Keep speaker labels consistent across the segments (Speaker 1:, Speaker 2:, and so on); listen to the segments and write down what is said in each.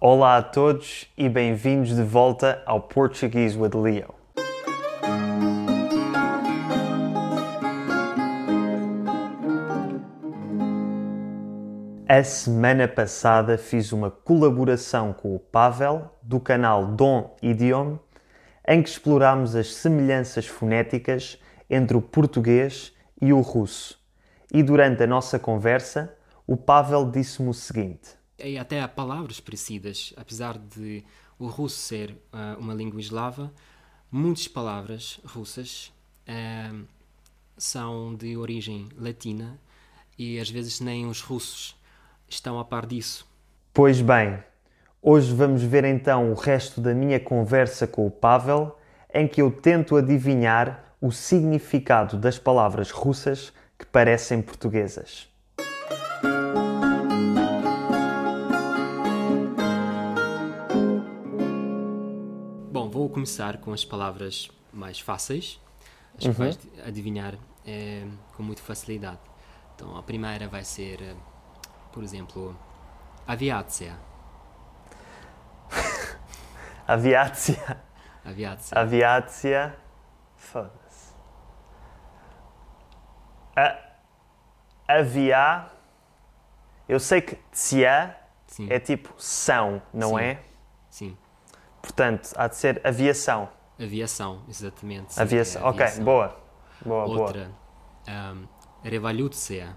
Speaker 1: Olá a todos e bem-vindos de volta ao Portuguese with Leo. A semana passada fiz uma colaboração com o Pavel do canal Dom Idiom em que explorámos as semelhanças fonéticas entre o português e o russo. E durante a nossa conversa, o Pavel disse-me o seguinte:
Speaker 2: E até há palavras parecidas, apesar de o russo ser ah, uma língua eslava, muitas palavras russas ah, são de origem latina e às vezes nem os russos estão a par disso.
Speaker 1: Pois bem, hoje vamos ver então o resto da minha conversa com o Pavel, em que eu tento adivinhar o significado das palavras russas que parecem portuguesas.
Speaker 2: Bom, vou começar com as palavras mais fáceis, as que vais adivinhar eh, com muita facilidade. Então, a primeira vai ser, eh, por exemplo, aviácia.
Speaker 1: Aviácia,
Speaker 2: Aviácia.
Speaker 1: aviácia, foda-se. A, aviá, eu sei que tia
Speaker 2: Sim,
Speaker 1: é tipo são, não
Speaker 2: Sim.
Speaker 1: é?
Speaker 2: sim.
Speaker 1: Portanto, há de ser aviação.
Speaker 2: Aviação, exatamente. sim, é
Speaker 1: Aviação, ok,
Speaker 2: aviação.
Speaker 1: boa. Boa, boa.
Speaker 2: Outra, um, é. ahm, revolúcia.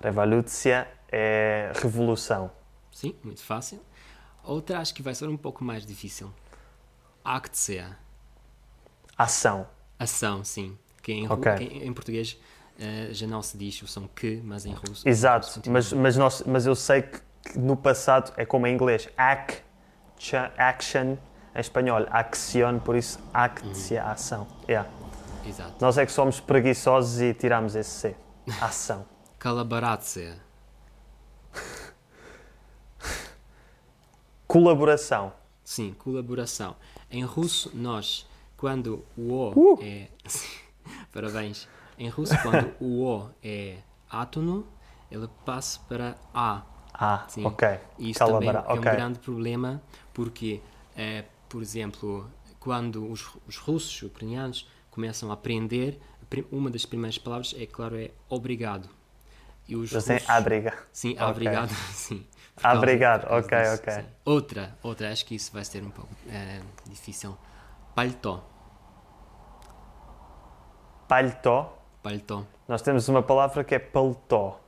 Speaker 1: Revolúcia é revolução.
Speaker 2: Sim, muito fácil. Outra, acho que vai ser um pouco mais difícil. Aktia.
Speaker 1: Ação.
Speaker 2: Ação, sim. Que em, ru-
Speaker 1: Ok.
Speaker 2: que em- em português eh, já não se diz o som que, mas em russo.
Speaker 1: Exato.
Speaker 2: continua.
Speaker 1: Mas, mas, nós, mas eu sei que que no passado é como em inglês. Ac, cha- action. Em espanhol, acción. Por isso, actia, ação. Yeah.
Speaker 2: Exato.
Speaker 1: Nós é que somos preguiçosos e tiramos esse C. Ação.
Speaker 2: Colaboratia.
Speaker 1: Colaboração.
Speaker 2: Sim, colaboração. Em russo, nós, quando o O
Speaker 1: Uh!
Speaker 2: é. Parabéns. Em russo, quando o O é átono, ele passa para A.
Speaker 1: Ah,
Speaker 2: Sim.
Speaker 1: ok.
Speaker 2: E isso
Speaker 1: Calabara.
Speaker 2: também é um
Speaker 1: ok.
Speaker 2: grande problema, porque, eh, por exemplo, quando os, os russos, os ucranianos, começam a aprender, a prim- uma das primeiras palavras é, claro, é obrigado. E os
Speaker 1: Mas tem
Speaker 2: russos-
Speaker 1: abriga.
Speaker 2: Sim,
Speaker 1: Ok.
Speaker 2: obrigado, sim. Por causa-
Speaker 1: Obrigado,
Speaker 2: por causa
Speaker 1: ok,
Speaker 2: disso,
Speaker 1: ok.
Speaker 2: sim. Outra, outra, acho que isso vai ser um pouco eh, difícil. Paletó,
Speaker 1: Paletó.
Speaker 2: paletó.
Speaker 1: Nós temos uma palavra que é paletó.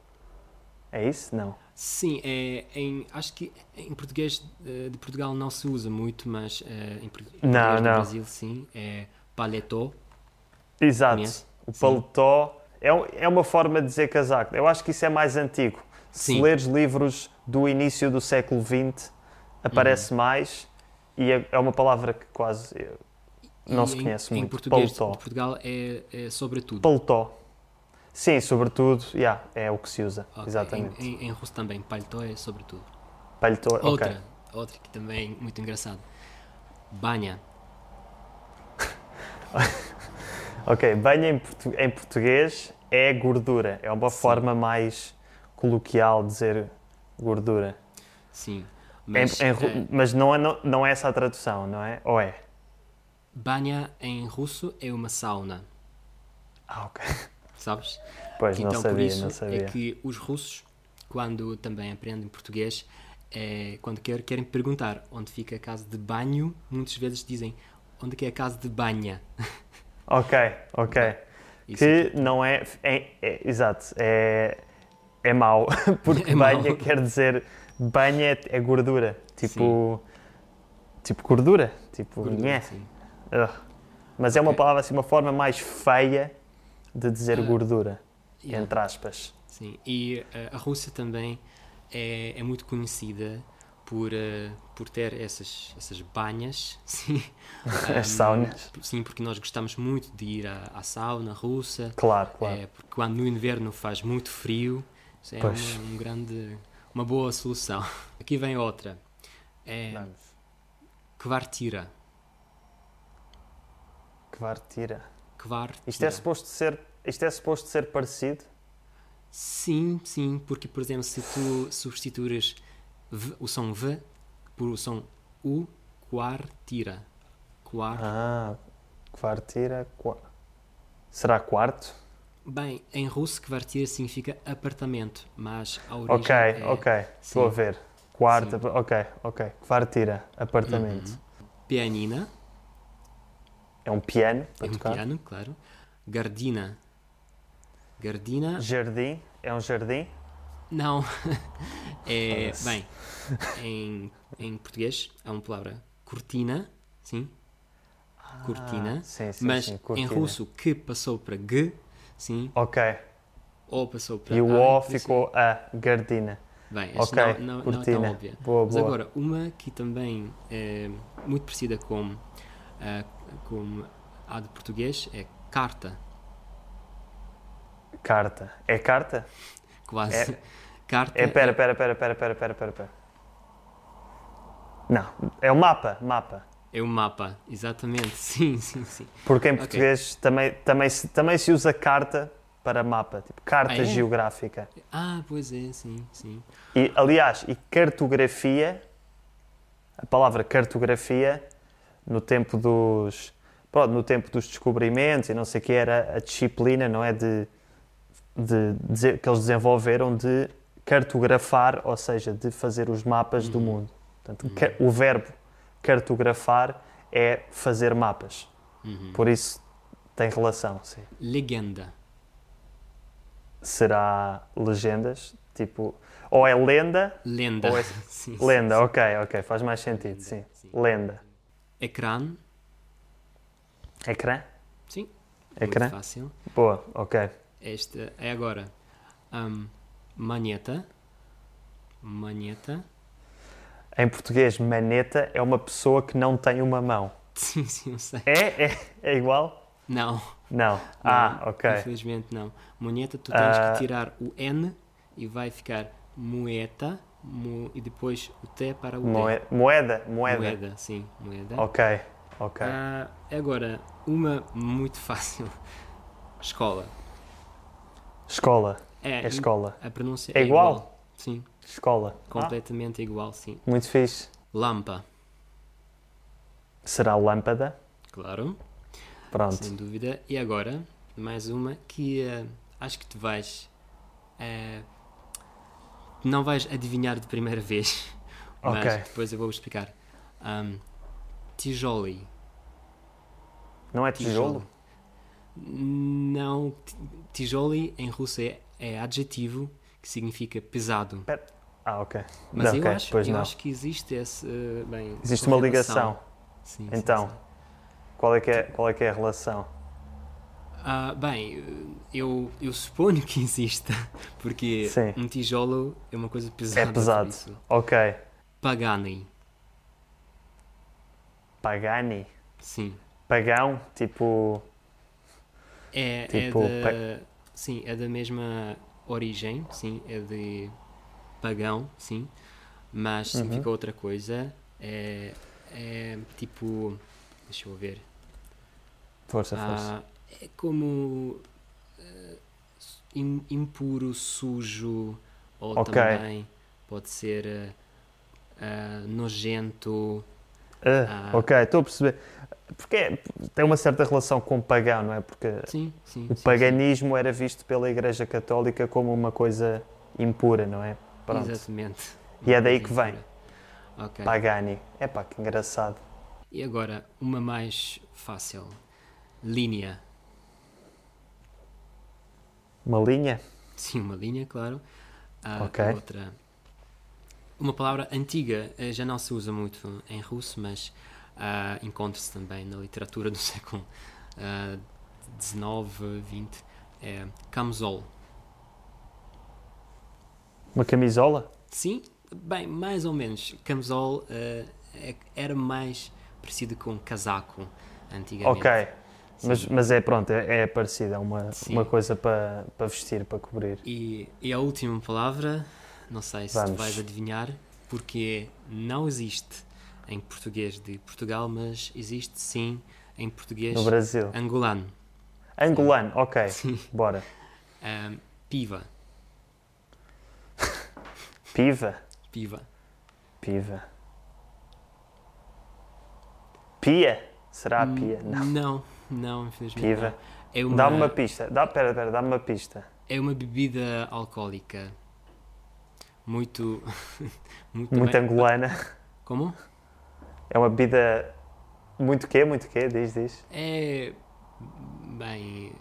Speaker 1: É isso? Não.
Speaker 2: Sim, é, em, acho que em português eh, de Portugal não se usa muito, mas eh, em portu- em português do
Speaker 1: não.
Speaker 2: Brasil sim, é paletó.
Speaker 1: Exato.
Speaker 2: Conhece?
Speaker 1: O
Speaker 2: Sim.
Speaker 1: paletó é, um- é uma forma de dizer casaco. Eu acho que isso é mais antigo. Se
Speaker 2: Sim.
Speaker 1: leres livros do início do século XX, aparece
Speaker 2: Uhum.
Speaker 1: mais e é, é uma palavra que quase eh, não
Speaker 2: E
Speaker 1: se
Speaker 2: em-
Speaker 1: conhece
Speaker 2: em
Speaker 1: muito.
Speaker 2: português
Speaker 1: Paletó.
Speaker 2: de Portugal é, é sobretudo.
Speaker 1: Paletó. Sim, sobretudo, yeah, é o que se usa.
Speaker 2: Ok,
Speaker 1: Exatamente.
Speaker 2: Em, em- em russo também, paletó é sobretudo.
Speaker 1: Paletó,
Speaker 2: Outra,
Speaker 1: ok.
Speaker 2: outra que também é muito engraçado. Banha.
Speaker 1: Ok, banha em, portu- em português é gordura. É uma forma mais coloquial de dizer gordura.
Speaker 2: Sim.
Speaker 1: Em-
Speaker 2: Mas
Speaker 1: em ru-
Speaker 2: eh,
Speaker 1: mas não, é, não, não é essa a tradução, não é? Ou é?
Speaker 2: banha em russo é uma sauna,
Speaker 1: Ah, ok.
Speaker 2: sabes?
Speaker 1: Pois,
Speaker 2: então
Speaker 1: não sabia,
Speaker 2: por isso
Speaker 1: não sabia.
Speaker 2: é que os russos, quando também aprendem português, eh, quando quer- querem perguntar onde fica a casa de banho, muitas vezes dizem onde que é a casa de banha.
Speaker 1: Ok, ok.
Speaker 2: Ah, Isso
Speaker 1: Que não é, é- é- Exato, é, é mau. Porque
Speaker 2: É mau.
Speaker 1: banha quer dizer. Banha é, é gordura. Tipo. Tipo gordura. Tipo.
Speaker 2: Gordura,
Speaker 1: nhé.
Speaker 2: sim.
Speaker 1: Ugh. Mas é uma
Speaker 2: Ok.
Speaker 1: palavra, assim, uma forma mais feia de dizer
Speaker 2: Ah.
Speaker 1: gordura.
Speaker 2: Yeah.
Speaker 1: Entre aspas.
Speaker 2: Sim, e eh, a Rússia também é, é muito conhecida por, eh, por ter essas, essas banhas, sim. Ah,
Speaker 1: As saunas.
Speaker 2: Sim, porque nós gostamos muito de ir à, à sauna russa,
Speaker 1: Claro, claro.
Speaker 2: eh, porque quando no inverno faz muito frio, isso é
Speaker 1: Pois.
Speaker 2: uma, um grande, uma boa solução. Aqui vem outra, é
Speaker 1: Vamos.
Speaker 2: kvartira.
Speaker 1: Kvartira.
Speaker 2: Kvartira.
Speaker 1: Isto é, suposto ser, isto é suposto ser parecido?
Speaker 2: Sim, sim, porque, por exemplo, se tu substituires v- o som V por, são U, quartira. Quar...
Speaker 1: Ah, quartira. qua- Será quarto?
Speaker 2: Bem, em russo, kvartira significa apartamento, mas a origem
Speaker 1: Ok,
Speaker 2: é...
Speaker 1: ok. Estou a
Speaker 2: sim. Uhum.
Speaker 1: ver. Quarto, apa- ok, ok. Quartira, apartamento.
Speaker 2: Pianina,
Speaker 1: É um piano para
Speaker 2: é um
Speaker 1: tocar.
Speaker 2: piano, claro. Gardina. Gardina,
Speaker 1: Jardim, é um jardim.
Speaker 2: não. é, bem, em, em português há uma palavra cortina, sim, cortina.
Speaker 1: Ah, Sim, sim,
Speaker 2: mas
Speaker 1: sim,
Speaker 2: em
Speaker 1: cortina.
Speaker 2: russo que passou para g, sim,
Speaker 1: Ok.
Speaker 2: ou passou para
Speaker 1: E o
Speaker 2: a,
Speaker 1: O
Speaker 2: por isso-
Speaker 1: ficou A, gardina.
Speaker 2: Bem, esta
Speaker 1: Ok,
Speaker 2: não, não, não é tão
Speaker 1: cortina.
Speaker 2: óbvia.
Speaker 1: Boa,
Speaker 2: Mas
Speaker 1: boa.
Speaker 2: agora, uma que também é muito parecida com, ah, com a de português é carta,
Speaker 1: Carta. É carta?
Speaker 2: quase. Carta
Speaker 1: É, pera, pera, pera, pera, pera, pera, pera, pera. Não, é o mapa, mapa.
Speaker 2: é o mapa, exatamente, sim, sim, sim.
Speaker 1: Porque em
Speaker 2: Ok.
Speaker 1: português também, também, se, também se usa carta para mapa, tipo carta
Speaker 2: Ah, é?
Speaker 1: geográfica.
Speaker 2: Ah, pois é, sim, sim.
Speaker 1: E, aliás, e cartografia, a palavra cartografia, no tempo dos, pronto, no tempo dos descobrimentos e não sei o que, era a disciplina, não é, de, de, de- que eles desenvolveram de cartografar, ou seja, de fazer os mapas do mundo. Portanto, ca- o verbo cartografar é fazer mapas. Por isso tem relação, sim
Speaker 2: Legenda.
Speaker 1: será legendas, tipo, ou é lenda,
Speaker 2: Lenda.
Speaker 1: Ou é-
Speaker 2: Sim, sim,
Speaker 1: lenda, ok, ok, faz mais sentido, sim,
Speaker 2: sim.
Speaker 1: lenda.
Speaker 2: sim. Ecrã.
Speaker 1: Ecrã?
Speaker 2: Sim.
Speaker 1: Ecrã.
Speaker 2: Muito fácil.
Speaker 1: Boa, ok.
Speaker 2: Esta é agora. Ahm, maneta. Maneta.
Speaker 1: Em português, maneta é uma pessoa que não tem uma mão.
Speaker 2: Sim, sim, eu sei.
Speaker 1: É? É, é igual?
Speaker 2: Não.
Speaker 1: Não. Ah,
Speaker 2: não,
Speaker 1: ok.
Speaker 2: Infelizmente não. Moneta, tu tens
Speaker 1: Ah.
Speaker 2: que tirar o N e vai ficar moeta mu- e depois o T para o D.
Speaker 1: Moe- Moeda, moeda.
Speaker 2: Moeda, sim, moeda.
Speaker 1: Ok, ok.
Speaker 2: Ah, agora, uma muito fácil. Escola.
Speaker 1: Escola,
Speaker 2: É,
Speaker 1: é escola,
Speaker 2: A pronúncia
Speaker 1: É
Speaker 2: é,
Speaker 1: igual?
Speaker 2: Sim,
Speaker 1: escola. Ah,
Speaker 2: completamente igual, sim.
Speaker 1: muito fixe.
Speaker 2: Lampa,
Speaker 1: Será lâmpada?
Speaker 2: claro,
Speaker 1: Pronto.
Speaker 2: sem dúvida. E agora, mais uma que eh, acho que tu vais. eh, não vais adivinhar de primeira vez, mas
Speaker 1: Ok.
Speaker 2: depois eu vou explicar. Ahm, tijoli.
Speaker 1: Não é tijolo?
Speaker 2: Não, ti- tijoli em russo é, é adjetivo que significa pesado.
Speaker 1: Pera- Ah, ok.
Speaker 2: Mas
Speaker 1: ok,
Speaker 2: eu, acho,
Speaker 1: pois
Speaker 2: eu
Speaker 1: não.
Speaker 2: acho que existe esse. eh, Bem,
Speaker 1: Existe uma
Speaker 2: correlação.
Speaker 1: ligação.
Speaker 2: Sim, sim,
Speaker 1: Então,
Speaker 2: sim.
Speaker 1: qual é que é, qual é, que é a relação?
Speaker 2: Ah, bem, eu, eu suponho que exista, porque
Speaker 1: Sim.
Speaker 2: um tijolo é uma coisa pesada. por
Speaker 1: pesado.
Speaker 2: isso.
Speaker 1: Ok.
Speaker 2: Pagani,
Speaker 1: Pagani?
Speaker 2: sim.
Speaker 1: Pagão? Tipo.
Speaker 2: É,
Speaker 1: Tipo,
Speaker 2: é da, sim, é da mesma origem, sim, é de pagão, sim, mas
Speaker 1: Uhum.
Speaker 2: significa outra coisa. É, é tipo, deixa eu ver,
Speaker 1: Força,
Speaker 2: Ah, é como eh, im- impuro, sujo, ou
Speaker 1: Ok.
Speaker 2: também pode ser eh, ah, nojento.
Speaker 1: Ah,
Speaker 2: ah.
Speaker 1: ok, estou a perceber. Porque é- tem uma certa relação com pagão, não é? Porque
Speaker 2: Sim, sim.
Speaker 1: o
Speaker 2: sim,
Speaker 1: paganismo era visto pela Igreja Católica como uma coisa impura, não é?
Speaker 2: sim.
Speaker 1: Pronto.
Speaker 2: Exatamente.
Speaker 1: E é daí
Speaker 2: Uma
Speaker 1: que
Speaker 2: coisa
Speaker 1: vem.
Speaker 2: impura. Ok.
Speaker 1: Pagani. Epá, que engraçado.
Speaker 2: E agora, uma mais fácil. Linha.
Speaker 1: Uma linha?
Speaker 2: Sim, uma linha, claro. Ah,
Speaker 1: Ok.
Speaker 2: Outra. Uma palavra antiga, eh, já não se usa muito em russo, mas ah, encontra-se também na literatura do século XIX, XX. É camisole.
Speaker 1: Uma camisola?
Speaker 2: Sim, bem, mais ou menos. Camisole eh, é- era mais parecido com casaco antigamente.
Speaker 1: Ok. Mas, mas é pronto, é, é parecida, é uma,
Speaker 2: Sim.
Speaker 1: uma coisa para para vestir, para cobrir.
Speaker 2: E, e a última palavra, não sei se tu
Speaker 1: Vamos.
Speaker 2: vais adivinhar, porque não existe em português de Portugal, mas existe sim em português
Speaker 1: No Brasil.
Speaker 2: angolano.
Speaker 1: Angolano, ok. Bora.
Speaker 2: Ahm, piva,
Speaker 1: Piva?
Speaker 2: piva.
Speaker 1: Piva. Pia? Será a
Speaker 2: Hum,
Speaker 1: pia? Não.
Speaker 2: Não, não, infelizmente.
Speaker 1: Piva.
Speaker 2: não. É uma,
Speaker 1: Dá-me uma pista. Dá, pera, pera, dá-me uma pista.
Speaker 2: é uma bebida alcoólica muito. muito,
Speaker 1: Muito
Speaker 2: bem-
Speaker 1: angolana.
Speaker 2: Como?
Speaker 1: É uma bebida muito quê? Muito quê? Diz, diz.
Speaker 2: É. Bem.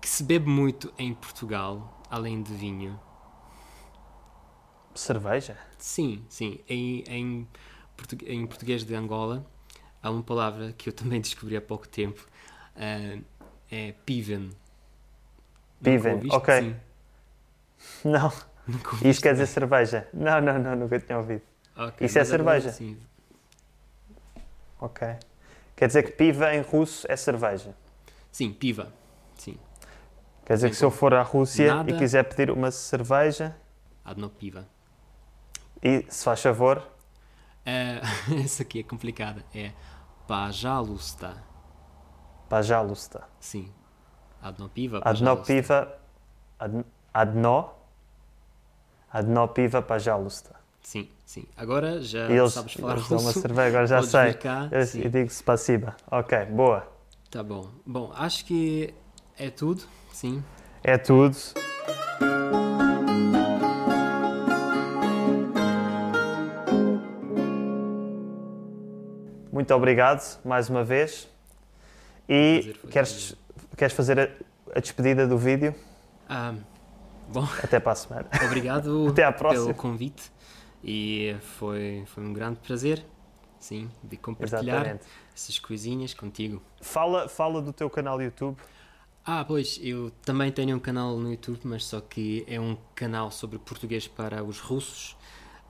Speaker 2: Que se bebe muito em Portugal, além de vinho.
Speaker 1: Cerveja?
Speaker 2: Sim, sim. Em, em, portu- em português de Angola há uma palavra que eu também descobri há pouco tempo. ah, é piven. Nunca
Speaker 1: Piven,
Speaker 2: ouviste?
Speaker 1: ok.
Speaker 2: Sim,
Speaker 1: Não.
Speaker 2: nunca ouvi.
Speaker 1: Isto quer dizer cerveja? Não, não, não. Nunca tinha ouvido.
Speaker 2: Ok,
Speaker 1: isso é
Speaker 2: mas assim. agora
Speaker 1: cerveja?
Speaker 2: Sim.
Speaker 1: Ok. Quer dizer que piva em russo é cerveja.
Speaker 2: sim, piva. Sim,
Speaker 1: Quer dizer que se eu for à Rússia
Speaker 2: Nada.
Speaker 1: e quiser pedir uma cerveja,
Speaker 2: há de não piva.
Speaker 1: e se faz favor,
Speaker 2: Ah, essa aqui é complicada. É pajalusta.
Speaker 1: pajalusta.
Speaker 2: Sim. Adno piva,
Speaker 1: Adno
Speaker 2: pajalusta.
Speaker 1: piva. ad- Adno. Adno piva pajalusta.
Speaker 2: Sim, sim. Agora já
Speaker 1: E eles,
Speaker 2: sabes falar
Speaker 1: eles dão uma
Speaker 2: russo.
Speaker 1: cerveja, agora já
Speaker 2: Podes
Speaker 1: sei.
Speaker 2: vir cá,
Speaker 1: Eu,
Speaker 2: sim.
Speaker 1: eu digo spasiba. Ok, boa.
Speaker 2: Tá bom. Bom, acho que é tudo. Sim.
Speaker 1: É tudo. Muito obrigado mais uma vez. E
Speaker 2: Prazer foi
Speaker 1: queres, queres fazer a, a despedida do vídeo?
Speaker 2: Ah, bom,
Speaker 1: Até para a semana.
Speaker 2: obrigado
Speaker 1: Até à próxima.
Speaker 2: pelo convite e foi, foi um grande prazer, sim, de compartilhar
Speaker 1: Exatamente.
Speaker 2: essas coisinhas contigo.
Speaker 1: Fala, fala do teu canal YouTube.
Speaker 2: Ah, pois, eu também tenho um canal no YouTube, mas só que é um canal sobre português para os russos,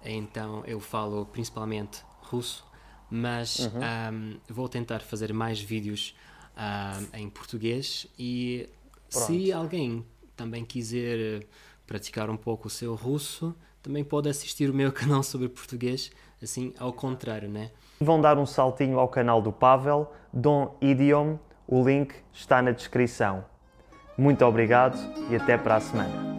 Speaker 2: então eu falo principalmente russo, mas ahm, vou tentar fazer mais vídeos ahm, em português e se alguém também quiser eh, praticar um pouco o seu russo, também pode assistir o meu canal sobre português, assim, ao contrário, né?
Speaker 1: Vão dar um saltinho ao canal do Pavel, Dom Idiom. O link está na descrição. Muito obrigado e até para a semana.